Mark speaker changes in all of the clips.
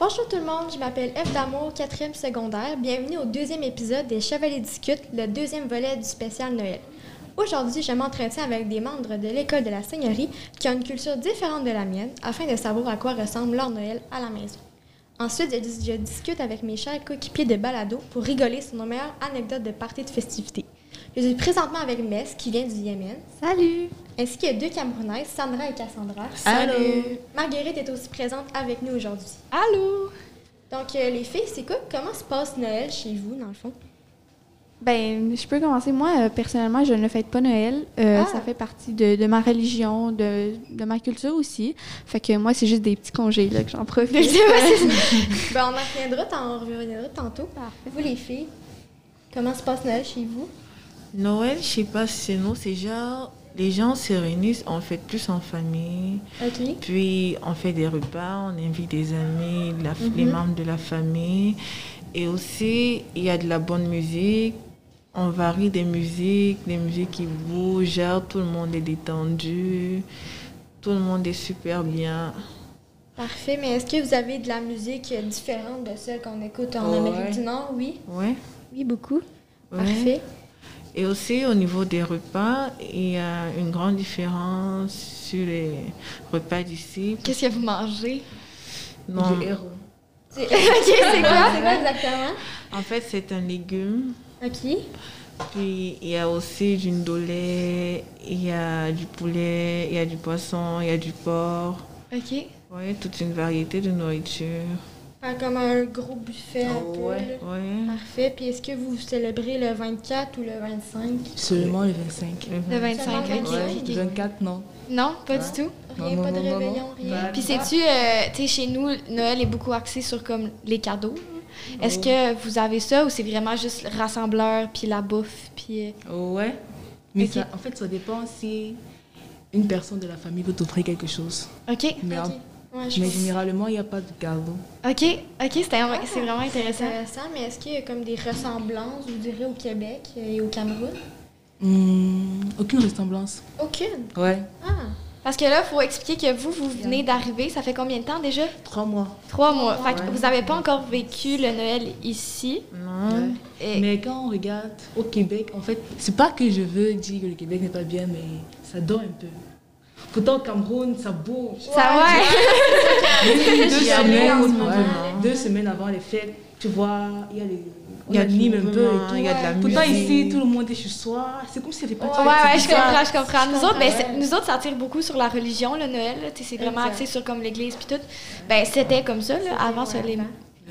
Speaker 1: Bonjour tout le monde, je m'appelle Eve Damour, quatrième secondaire. Bienvenue au deuxième épisode des Chevaliers discutent, le deuxième volet du spécial Noël. Aujourd'hui, je m'entretiens avec des membres de l'école de la Seigneurie qui ont une culture différente de la mienne afin de savoir à quoi ressemble leur Noël à la maison. Ensuite, je, dis- je discute avec mes chers coéquipiers de balado pour rigoler sur nos meilleures anecdotes de parties de festivités. Je suis présentement avec Mess qui vient du Yémen,
Speaker 2: Salut!
Speaker 1: ainsi que deux Camerounaises, Sandra et Cassandra.
Speaker 2: Salut!
Speaker 1: Marguerite est aussi présente avec nous aujourd'hui.
Speaker 2: Allô!
Speaker 1: Donc, euh, les filles, c'est quoi? Comment se passe Noël chez vous, dans le fond?
Speaker 2: Ben, je peux commencer. Moi, euh, personnellement, je ne fête pas Noël. Euh,
Speaker 1: Ah.
Speaker 2: Ça fait partie de, de ma religion, de, de ma culture aussi. Fait que moi, c'est juste des petits congés là, que j'en profite.
Speaker 1: ben, on en reviendra, t'en- on reviendra tantôt.
Speaker 2: Parfait.
Speaker 1: Vous, les filles, comment se passe Noël chez vous?
Speaker 3: Noël, je sais pas si c'est nous, c'est genre les gens se réunissent, on fait plus en famille,
Speaker 1: OK.
Speaker 3: puis on fait des repas, on invite des amis, la- les membres de la famille, et aussi il y a de la bonne musique. On varie des musiques, des musiques qui bougent, genre tout le monde est détendu, tout le monde est super bien.
Speaker 1: Parfait, mais est-ce que vous avez de la musique euh, différente de celle qu'on écoute en
Speaker 4: Oh,
Speaker 3: Ouais.
Speaker 1: Amérique du Nord? Oui.
Speaker 3: Ouais.
Speaker 1: Oui, beaucoup.
Speaker 3: ouais.
Speaker 1: Parfait.
Speaker 3: Et aussi au niveau des repas, il y a une grande différence sur les repas d'ici.
Speaker 5: Qu'est-ce que vous mangez?
Speaker 3: Non,
Speaker 1: C'est- OK, c'est quoi? C'est quoi exactement?
Speaker 3: En fait, c'est un légume.
Speaker 1: OK.
Speaker 3: Puis il y a aussi du ndolé, il y a du poulet, il y a du poisson, il y a du porc.
Speaker 5: OK.
Speaker 3: Oui, toute une variété de nourriture.
Speaker 1: Faire comme un gros buffet un
Speaker 4: Oh,
Speaker 1: peu. là.
Speaker 3: Oui,
Speaker 1: Parfait. Puis est-ce que vous célébrez le 24 ou le 25?
Speaker 4: Seulement le 25.
Speaker 5: Le 25.
Speaker 1: Seulement le
Speaker 5: OK.
Speaker 1: 25.
Speaker 5: ok.
Speaker 4: 24, non.
Speaker 5: Non, pas du
Speaker 4: Hein?
Speaker 5: tout.
Speaker 1: Rien,
Speaker 4: Non,
Speaker 1: pas de
Speaker 4: non, non, non,
Speaker 1: réveillon,
Speaker 4: non.
Speaker 1: rien.
Speaker 5: Puis sais-tu, euh, tu sais, chez nous, Noël est beaucoup axé sur comme les cadeaux. Est-ce que vous avez ça ou c'est vraiment juste le rassembleur, puis la bouffe, puis... euh,
Speaker 4: Ouais. Mais
Speaker 5: Ok.
Speaker 4: ça, en fait, ça dépend si une personne de la famille veut t'offrir quelque chose.
Speaker 5: euh, OK,
Speaker 4: Mais,
Speaker 1: Ok.
Speaker 4: en-
Speaker 1: Ouais, je
Speaker 4: mais
Speaker 1: pense-
Speaker 4: généralement, il n'y a pas de cadeau.
Speaker 5: OK, OK, c'est un- c'est vraiment
Speaker 1: C'est
Speaker 5: intéressant.
Speaker 1: intéressant, mais est-ce qu'il y a comme des ressemblances, vous direz, au Québec et au Cameroun?
Speaker 4: Hmm, aucune ressemblance.
Speaker 1: Aucune.
Speaker 4: Ouais.
Speaker 1: Ah,
Speaker 5: Parce que là, il faut expliquer que vous, vous venez d'arriver, ça fait combien de temps déjà?
Speaker 4: Trois mois.
Speaker 5: Trois mois. Fait que
Speaker 4: Ouais.
Speaker 5: vous n'avez pas encore vécu le Noël ici.
Speaker 3: Non.
Speaker 5: Et-
Speaker 4: Mais quand on regarde au Québec, en fait, c'est pas que je veux dire que le Québec n'est pas bien, mais ça dort un peu. Pourtant, au Cameroun, ça bouge.
Speaker 5: Ça va?
Speaker 4: deux,
Speaker 3: Il y a
Speaker 4: semaines,
Speaker 3: le
Speaker 4: ouais,
Speaker 3: mouvement.
Speaker 4: deux semaines avant les fêtes, tu vois, il y a les.
Speaker 3: Il y a
Speaker 4: on
Speaker 3: du
Speaker 4: anime un peu
Speaker 3: mouvement,
Speaker 4: et tout.
Speaker 3: il y a de la
Speaker 4: Pourtant,
Speaker 3: musique.
Speaker 4: ici, tout le monde est chez soi. C'est comme s'il n'y avait pas
Speaker 5: Ouais, ouais, je
Speaker 4: fête, c'est bizarre.
Speaker 5: comprends, je comprends. Nous autres, ben,
Speaker 1: comprends,
Speaker 5: c'est-
Speaker 1: ouais.
Speaker 5: nous autres, ça tire beaucoup sur la religion, le Noël. là. Tu sais, C'est vraiment
Speaker 1: Exact.
Speaker 5: axé sur comme l'Église puis tout. Ben, c'était comme ça, là. Avant, ça
Speaker 1: ouais,
Speaker 5: l'est-
Speaker 1: avant.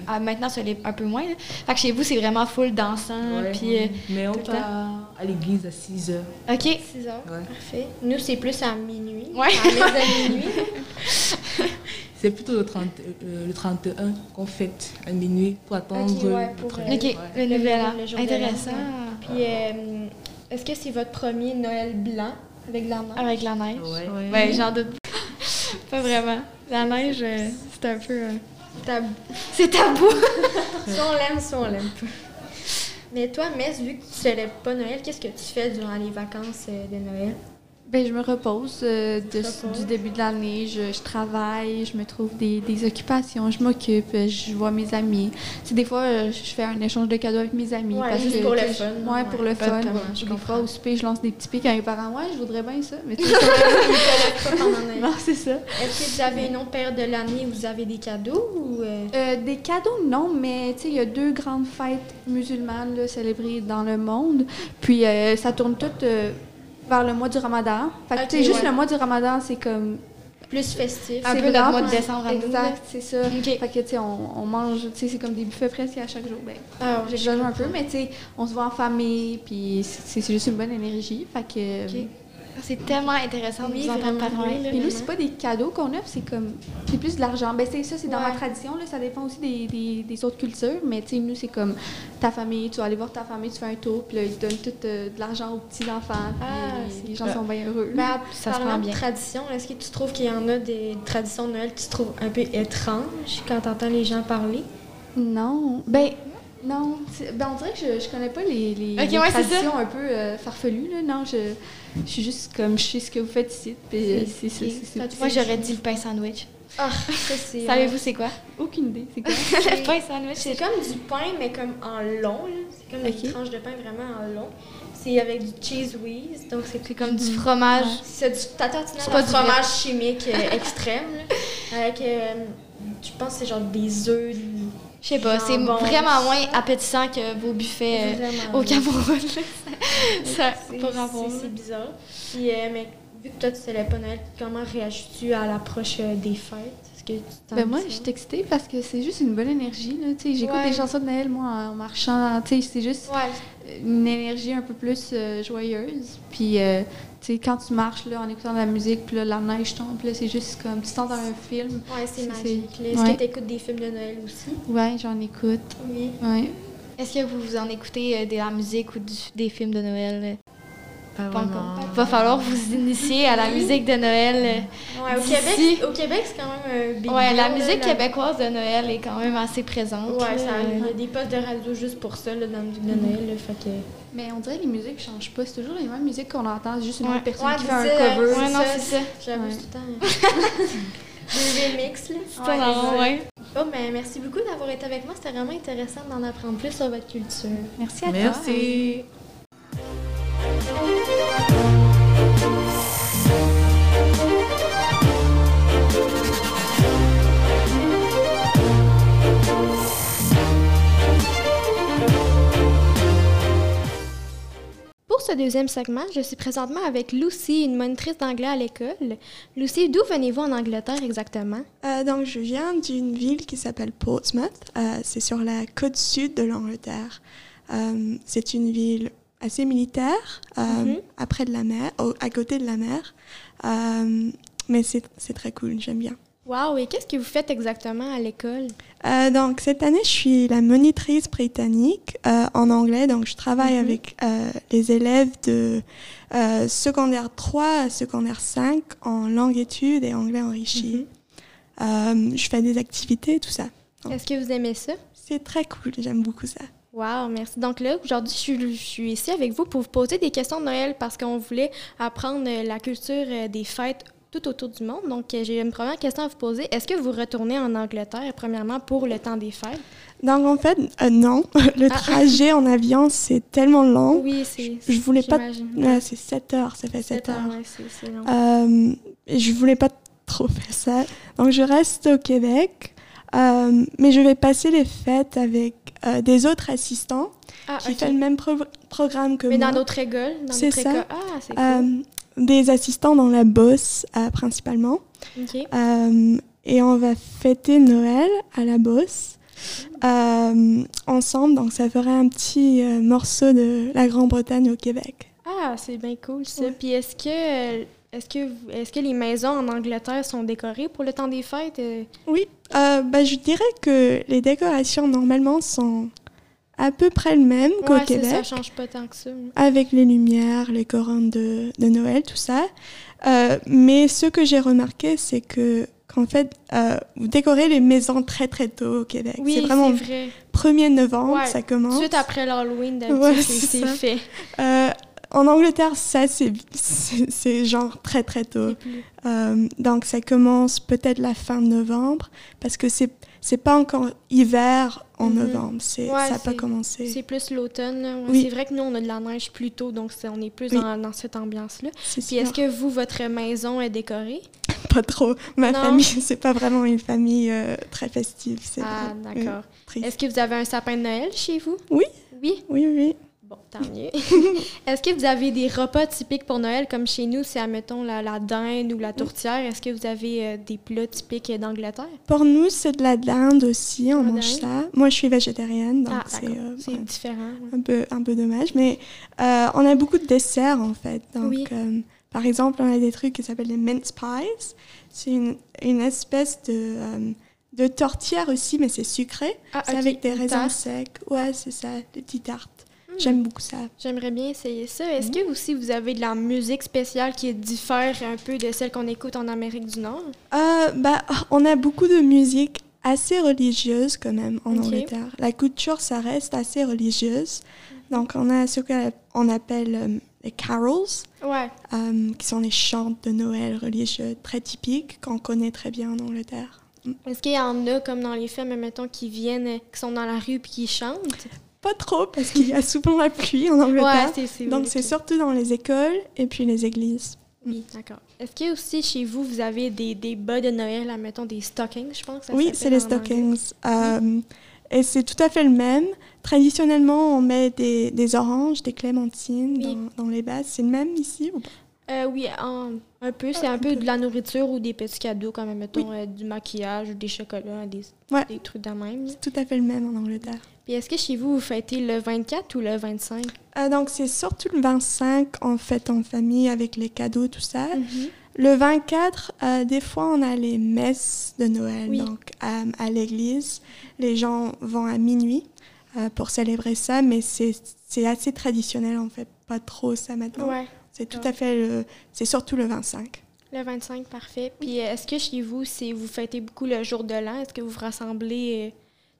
Speaker 5: ah, maintenant, ça l'est un peu moins. là. Fait que chez vous, c'est vraiment full dansant.
Speaker 4: Ouais.
Speaker 5: Puis, euh,
Speaker 4: Mais on
Speaker 5: tout le
Speaker 4: part à l'église à 6 heures.
Speaker 5: OK.
Speaker 1: 6 heures.
Speaker 4: Ouais.
Speaker 1: Parfait. Nous, c'est plus à minuit.
Speaker 5: Ouais.
Speaker 1: À messe à minuit.
Speaker 4: C'est plutôt le, 30 euh, le 31 qu'on fête à minuit pour attendre
Speaker 1: Ok, ouais, pour,
Speaker 4: le
Speaker 1: euh,
Speaker 4: premier.
Speaker 5: OK.
Speaker 4: Ouais.
Speaker 5: Le nouvel an.
Speaker 1: le jour de l'an,
Speaker 5: Intéressant.
Speaker 1: Puis, euh, est-ce que c'est votre premier Noël blanc avec de la neige?
Speaker 5: Avec la neige.
Speaker 3: Ouais.
Speaker 5: Ben, j'en doute pas vraiment. La neige, euh, c'est un peu. euh,
Speaker 1: Tab-
Speaker 5: C'est tabou.
Speaker 1: Soit on l'aime, soit on l'aime pas. Mais toi, Mess, vu que tu célèbres pas Noël, qu'est-ce que tu fais durant les vacances euh, de Noël?
Speaker 2: Ben, je me repose euh, de-
Speaker 1: reposes.
Speaker 2: du début de l'année. Je, je travaille, je me trouve des, des occupations, je m'occupe, euh, je vois mes amis. Tu sais, des fois, euh, je fais un échange de cadeaux avec mes amis.
Speaker 1: Ouais, juste pour le fun.
Speaker 2: Ouais,
Speaker 1: Ouais,
Speaker 2: pour le fun.
Speaker 1: exactement, je
Speaker 2: Je des
Speaker 1: comprends.
Speaker 2: fois, au souper, je lance des petits pics à mes parents. Ouais, je voudrais bien ça, mais tu sais,
Speaker 1: Tu célèbres pas pendant Noël.
Speaker 2: non, c'est ça.
Speaker 1: Est-ce que vous avez une autre période de l'année où vous avez des cadeaux ou... euh,
Speaker 2: Euh, des cadeaux, non, mais tu sais, il y a deux grandes fêtes musulmanes là, célébrées dans le monde. Puis euh, ça tourne tout euh, vers le mois du ramadan. Fait que,
Speaker 1: Ok,
Speaker 2: tu sais, juste
Speaker 1: ouais.
Speaker 2: le mois du ramadan, c'est comme.
Speaker 1: Plus festif.
Speaker 5: Un
Speaker 2: c'est
Speaker 5: peu notre
Speaker 2: grand,
Speaker 5: mois de
Speaker 2: puis-
Speaker 5: décembre à nous, là.
Speaker 2: Exact, c'est ça.
Speaker 5: OK.
Speaker 2: Fait que, tu sais, on, on mange, tu sais, c'est comme des buffets presque à chaque jour. Ben,
Speaker 1: Ah, ouais,
Speaker 2: j'exagère un peu, mais tu sais, on se voit en famille, puis c'est c'est juste une bonne énergie. Fait que. euh,
Speaker 5: OK. Ah C'est tellement intéressant de
Speaker 1: Oui,
Speaker 5: vous entendre
Speaker 1: vraiment,
Speaker 5: parler.
Speaker 1: oui,
Speaker 5: là.
Speaker 2: Puis nous, c'est pas des cadeaux qu'on offre, c'est comme. C'est plus de l'argent. Ben, c'est ça, c'est dans
Speaker 1: Ouais.
Speaker 2: la tradition, là, ça dépend aussi des, des- des autres cultures, mais tu sais, nous, c'est comme ta famille, tu vas aller voir ta famille, tu fais un tour, puis là, ils te donnent tout euh, de l'argent aux petits-enfants, puis
Speaker 1: Ah, c'est
Speaker 2: les gens sont bien heureux.
Speaker 1: Ben,
Speaker 5: Ça se
Speaker 1: parlant
Speaker 5: prend
Speaker 1: de
Speaker 5: bien.
Speaker 1: tradition, est-ce que tu trouves qu'il y en a des traditions de Noël que tu trouves un peu étranges quand tu entends les gens parler?
Speaker 2: Non. Ben, non. c'est- Ben, on dirait que je, je connais pas les, les,
Speaker 5: Ok,
Speaker 2: les
Speaker 5: ouais, c'est ça.
Speaker 2: traditions un peu euh, farfelues, là. Non, je, je suis juste comme, je sais ce que vous faites ici, puis euh, c'est ça.
Speaker 5: OK.
Speaker 2: c'est- c'est-
Speaker 5: Moi, j'aurais dit le pain sandwich.
Speaker 1: Ah, ça, c'est.
Speaker 5: Savez-vous c'est quoi?
Speaker 2: Aucune idée, c'est quoi?
Speaker 5: le pain sandwich,
Speaker 1: C'est comme du pain, mais comme en long. là. C'est comme des
Speaker 2: Ok.
Speaker 1: tranches de pain vraiment en long. C'est avec du cheese whiz, donc c'est
Speaker 5: c'est comme du fromage.
Speaker 1: C'est du tatatinage
Speaker 5: C'est pas
Speaker 1: de
Speaker 5: du
Speaker 1: fromage chimique euh, extrême. là. avec, euh, je pense que c'est genre des œufs. du-
Speaker 5: Je sais pas, c'est
Speaker 1: Jambon.
Speaker 5: vraiment moins appétissant que vos buffets euh,
Speaker 1: Vraiment,
Speaker 5: au
Speaker 1: oui.
Speaker 5: Cameroun. ça,
Speaker 1: C'est-
Speaker 5: pour avoir.
Speaker 1: c'est- C'est bizarre. Puis, euh, mais vu que toi, tu savais pas Noël, comment réagis-tu à l'approche euh, des fêtes? Est-ce que tu t'en
Speaker 2: Ben moi,
Speaker 1: dis
Speaker 2: je
Speaker 1: ça?
Speaker 2: suis excitée parce que c'est juste une bonne énergie. là, tu sais. J'écoute
Speaker 1: Ouais.
Speaker 2: des chansons de Noël, moi, en marchant. tu sais, C'est juste
Speaker 1: Ouais,
Speaker 2: une énergie un peu plus euh, joyeuse. Puis, euh, tu sais, quand tu marches là, en écoutant de la musique, puis là, la neige tombe, puis là, c'est juste comme tu sens dans un film.
Speaker 1: ouais c'est
Speaker 2: C'est-
Speaker 1: magique.
Speaker 2: c'est-
Speaker 1: là. Est-ce
Speaker 2: ouais.
Speaker 1: que tu écoutes des films de Noël aussi?
Speaker 2: Ouais, j'en écoute.
Speaker 1: Oui.
Speaker 2: Ouais.
Speaker 5: Est-ce que vous vous en écoutez euh, de la musique ou du- des films de Noël?
Speaker 3: Pas
Speaker 5: Pas
Speaker 3: vraiment.
Speaker 5: encore. Va falloir vous initier à la musique de Noël. euh,
Speaker 1: Ouais, au
Speaker 5: D'ici-
Speaker 1: Québec, au Québec, c'est quand même un big
Speaker 5: Ouais, la
Speaker 1: deal, là,
Speaker 5: musique québécoise de Noël est quand même assez présente.
Speaker 1: Ouais,
Speaker 5: là.
Speaker 1: ça- il y a des postes de radio juste pour ça, là, dans la musique de Noël, là, fait que...
Speaker 2: Mais on dirait que les musiques changent pas. C'est toujours les mêmes musiques qu'on entend. C'est juste une
Speaker 5: Ouais.
Speaker 2: autre personne
Speaker 1: Ouais,
Speaker 2: qui
Speaker 1: c'est
Speaker 2: fait un
Speaker 1: ça,
Speaker 2: cover.
Speaker 1: ouais.
Speaker 5: Ouais, non, c'est ça.
Speaker 1: J'avoue,
Speaker 2: Ouais.
Speaker 1: c'est tout le temps... Des remix, là.
Speaker 5: C'est en rond, ouais.
Speaker 1: Bon, ben, merci beaucoup d'avoir été avec moi. C'était vraiment intéressant d'en apprendre plus sur votre culture.
Speaker 2: Merci à toi.
Speaker 3: Merci.
Speaker 1: Pour ce deuxième segment, je suis présentement avec Lucy, une monitrice d'anglais à l'école. Lucy, d'où venez-vous en Angleterre exactement?
Speaker 6: Euh, donc, je viens d'une ville qui s'appelle Portsmouth. Euh, c'est sur la côte sud de l'Angleterre. Euh, c'est une ville assez militaire, euh,
Speaker 1: Mhm.
Speaker 6: après de la mer, au- à côté de la mer. Euh, mais c'est c'est très cool, j'aime bien.
Speaker 1: Wow, et qu'est-ce que vous faites exactement à l'école?
Speaker 6: Euh, donc, cette année, je suis la monitrice britannique euh, en anglais. Donc, je travaille
Speaker 1: Mhm.
Speaker 6: avec euh, les élèves de euh, secondaire 3 à secondaire 5 en langue études et anglais enrichi.
Speaker 1: Mhm.
Speaker 6: Euh, je fais des activités et tout ça.
Speaker 1: Est-ce que vous aimez ça?
Speaker 6: C'est très cool, j'aime beaucoup ça.
Speaker 1: Wow, merci. Donc là, aujourd'hui, je, suis- je suis ici avec vous pour vous poser des questions de Noël parce qu'on voulait apprendre euh, la culture euh, des fêtes tout autour du monde. Donc, euh, j'ai une première question à vous poser. Est-ce que vous retournez en Angleterre, premièrement, pour le temps des fêtes?
Speaker 6: Donc en fait, euh, non, le
Speaker 1: Ah.
Speaker 6: trajet en avion, c'est tellement long.
Speaker 1: oui, c'est...
Speaker 6: Oh, je voulais pas-
Speaker 1: j'imagine.
Speaker 6: Ouais, c'est 7 heures, ça fait 7
Speaker 1: Sept
Speaker 6: heures.
Speaker 1: heures, ouais, c'est c'est long.
Speaker 6: Euh, et je voulais pas trop faire ça. Donc je reste au Québec, euh, mais je vais passer les fêtes avec euh, des autres assistants
Speaker 1: Ah,
Speaker 6: qui
Speaker 1: ok.
Speaker 6: font le même pro- programme que
Speaker 1: Mais
Speaker 6: moi.
Speaker 1: dans notre école, dans
Speaker 6: C'est
Speaker 1: notre
Speaker 6: ça.
Speaker 1: école. Ah, c'est cool.
Speaker 6: Euh, des assistants dans la bosse euh, principalement.
Speaker 1: OK.
Speaker 6: Euh, et on va fêter Noël à la Bosse euh, ensemble. Donc ça ferait un petit euh, morceau de la Grande-Bretagne au Québec.
Speaker 1: Ah, c'est bien cool ça.
Speaker 6: Ouais.
Speaker 1: Puis est-ce que euh, est-ce que vous- est-ce que les maisons en Angleterre sont décorées pour le temps des fêtes euh?
Speaker 6: Oui, euh, bah, je dirais que les décorations normalement sont à peu près les mêmes qu'au
Speaker 1: Ouais, c'est ça, ça
Speaker 6: Québec,
Speaker 1: change pas tant que ça. hein.
Speaker 6: avec les lumières, les couronnes de, de Noël, tout ça. Euh, mais ce que j'ai remarqué, c'est que qu'en fait, euh, vous décorez les maisons très très tôt au Québec.
Speaker 1: Oui,
Speaker 6: c'est vraiment
Speaker 1: vrai.
Speaker 6: 1er novembre,
Speaker 1: Ouais,
Speaker 6: ça
Speaker 1: Tout de
Speaker 6: commence.
Speaker 1: suite après l'Halloween, d'habitude,
Speaker 6: Ouais,
Speaker 1: c'est
Speaker 6: c'est
Speaker 1: c'est
Speaker 6: ça.
Speaker 1: fait.
Speaker 6: Euh, en Angleterre, ça, c'est c'est- c'est genre très très tôt. Euh, donc, ça commence peut-être la fin de novembre, parce que c'est c'est pas encore hiver en
Speaker 1: Mhm.
Speaker 6: novembre, c'est
Speaker 1: Ouais,
Speaker 6: ça n'a pas
Speaker 1: c'est-
Speaker 6: commencé.
Speaker 1: C'est plus l'automne. là. Ouais,
Speaker 6: Oui.
Speaker 1: C'est vrai que nous, on a de la neige plus tôt, donc c'est- on est plus
Speaker 6: Oui.
Speaker 1: dans, dans cette ambiance-là.
Speaker 6: C'est
Speaker 1: Puis est-ce
Speaker 6: sûr,
Speaker 1: que vous, votre maison est décorée?
Speaker 6: pas trop. Ma
Speaker 1: Non.
Speaker 6: famille, c'est pas vraiment une famille euh, très festive. c'est
Speaker 1: Ah,
Speaker 6: vrai. Oui,
Speaker 1: d'accord.
Speaker 6: triste.
Speaker 1: Est-ce que vous avez un sapin de Noël chez vous?
Speaker 6: Oui.
Speaker 1: Oui?
Speaker 6: Oui, oui.
Speaker 1: Bon, tant mieux. Est-ce que vous avez des repas typiques pour Noël, comme chez nous, c'est, admettons, la, la dinde ou la tourtière? Est-ce que vous avez euh, des plats typiques euh, d'Angleterre?
Speaker 6: Pour nous, c'est de la dinde aussi, on
Speaker 1: Ah, La
Speaker 6: mange
Speaker 1: dinde.
Speaker 6: ça. Moi, je suis végétarienne, donc
Speaker 1: ah,
Speaker 6: c'est
Speaker 1: d'accord.
Speaker 6: euh,
Speaker 1: c'est
Speaker 6: ouais,
Speaker 1: différent. ouais.
Speaker 6: un peu, un peu dommage, mais euh, on a beaucoup de desserts en fait. Donc,
Speaker 1: Oui.
Speaker 6: euh, par exemple, on a des trucs qui s'appellent les mince pies. C'est une, une espèce de, euh, de tortière aussi, mais c'est sucré.
Speaker 1: Ah,
Speaker 6: C'est
Speaker 1: ok,
Speaker 6: avec des raisins
Speaker 1: tarte. Hmm.
Speaker 6: secs. Ouais, c'est ça, des petites tartes. J'aime beaucoup ça.
Speaker 1: J'aimerais bien essayer ça. Est-ce
Speaker 6: Mm-hmm.
Speaker 1: que aussi vous avez de la musique spéciale qui diffère un peu de celle qu'on écoute en Amérique du Nord?
Speaker 6: Euh, bah, on a beaucoup de musique assez religieuse quand même en
Speaker 1: Ok. Hmm.
Speaker 6: Angleterre. La culture, ça reste assez religieuse. Donc on a ce qu'on appelle euh, les carols,
Speaker 1: Ouais.
Speaker 6: euh, qui sont les chants de Noël religieux très typiques qu'on connaît très bien en Angleterre.
Speaker 1: Est-ce qu'il y en a, comme dans les films, mettons, qui viennent, euh, qui sont dans la rue puis qui chantent?
Speaker 6: Pas trop, parce qu'il y a souvent la pluie en Angleterre.
Speaker 1: c'est c'est
Speaker 6: Donc
Speaker 1: oui,
Speaker 6: c'est
Speaker 1: ok.
Speaker 6: surtout dans les écoles et puis les églises.
Speaker 1: Oui, d'accord. Est-ce que aussi chez vous, vous avez des, des bas de Noël, là, mettons, des stockings, je pense? que ça
Speaker 6: oui,
Speaker 1: s'appelle
Speaker 6: c'est les
Speaker 1: en anglais.
Speaker 6: stockings. Euh, et c'est tout à fait le même. Traditionnellement, on met des, des oranges, des clémentines
Speaker 1: Oui.
Speaker 6: dans, dans les bases. C'est le même ici ou pas
Speaker 1: Euh, oui, en- un peu. C'est un peu de la nourriture ou des petits cadeaux, comme mettons euh, du maquillage ou des chocolats, des,
Speaker 6: Ouais.
Speaker 1: des trucs de même.
Speaker 6: Tout à fait le même en Angleterre.
Speaker 1: Puis est-ce que chez vous, vous fêtez le 24 ou le 25?
Speaker 6: Euh, donc c'est surtout le 25, en fait, en famille, avec les cadeaux, tout ça. Le 24, euh, des fois, on a les messes de Noël,
Speaker 1: Oui.
Speaker 6: donc euh, à l'église. Les gens vont à minuit euh, pour célébrer ça, mais c'est c'est assez traditionnel, en fait. Pas trop ça maintenant.
Speaker 1: Ouais.
Speaker 6: C'est tout à fait le- C'est surtout le 25.
Speaker 1: Le 25, parfait. Puis euh, est-ce que chez vous, c'est vous fêtez beaucoup le jour de l'an? Est-ce que vous vous rassemblez euh,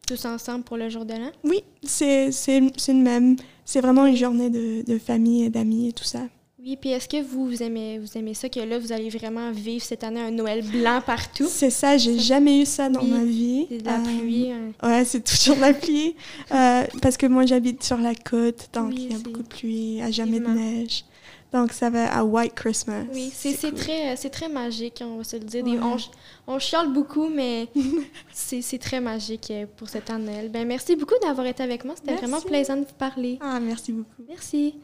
Speaker 1: tous ensemble pour le jour de l'an?
Speaker 6: Oui, c'est c'est- c'est le même. C'est vraiment une journée de, de famille et d'amis et tout ça.
Speaker 1: Oui, puis est-ce que vous, vous aimez vous aimez ça que là, vous allez vraiment vivre cette année un Noël blanc partout?
Speaker 6: C'est ça, j'ai jamais eu ça dans
Speaker 1: Oui,
Speaker 6: ma vie.
Speaker 1: C'est de la
Speaker 6: Euh,
Speaker 1: pluie. hein.
Speaker 6: Ouais, c'est toujours la pluie. Euh, parce que moi, j'habite sur la côte, donc
Speaker 1: Oui,
Speaker 6: il y a
Speaker 1: c'est-
Speaker 6: beaucoup de pluie, il n'y a jamais de
Speaker 1: Vivement.
Speaker 6: neige. Donc ça va à White Christmas.
Speaker 1: Oui, c'est c'est
Speaker 6: cool.
Speaker 1: très, euh, c'est très magique, on va se le dire. Des-
Speaker 6: Ouais.
Speaker 1: on, ch- on chiale beaucoup, mais c'est c'est très magique euh, pour cette année. de Noël. Ben, merci beaucoup d'avoir été avec moi. C'était vraiment
Speaker 6: Merci.
Speaker 1: plaisant de vous parler.
Speaker 6: Ah, merci beaucoup.
Speaker 1: Merci.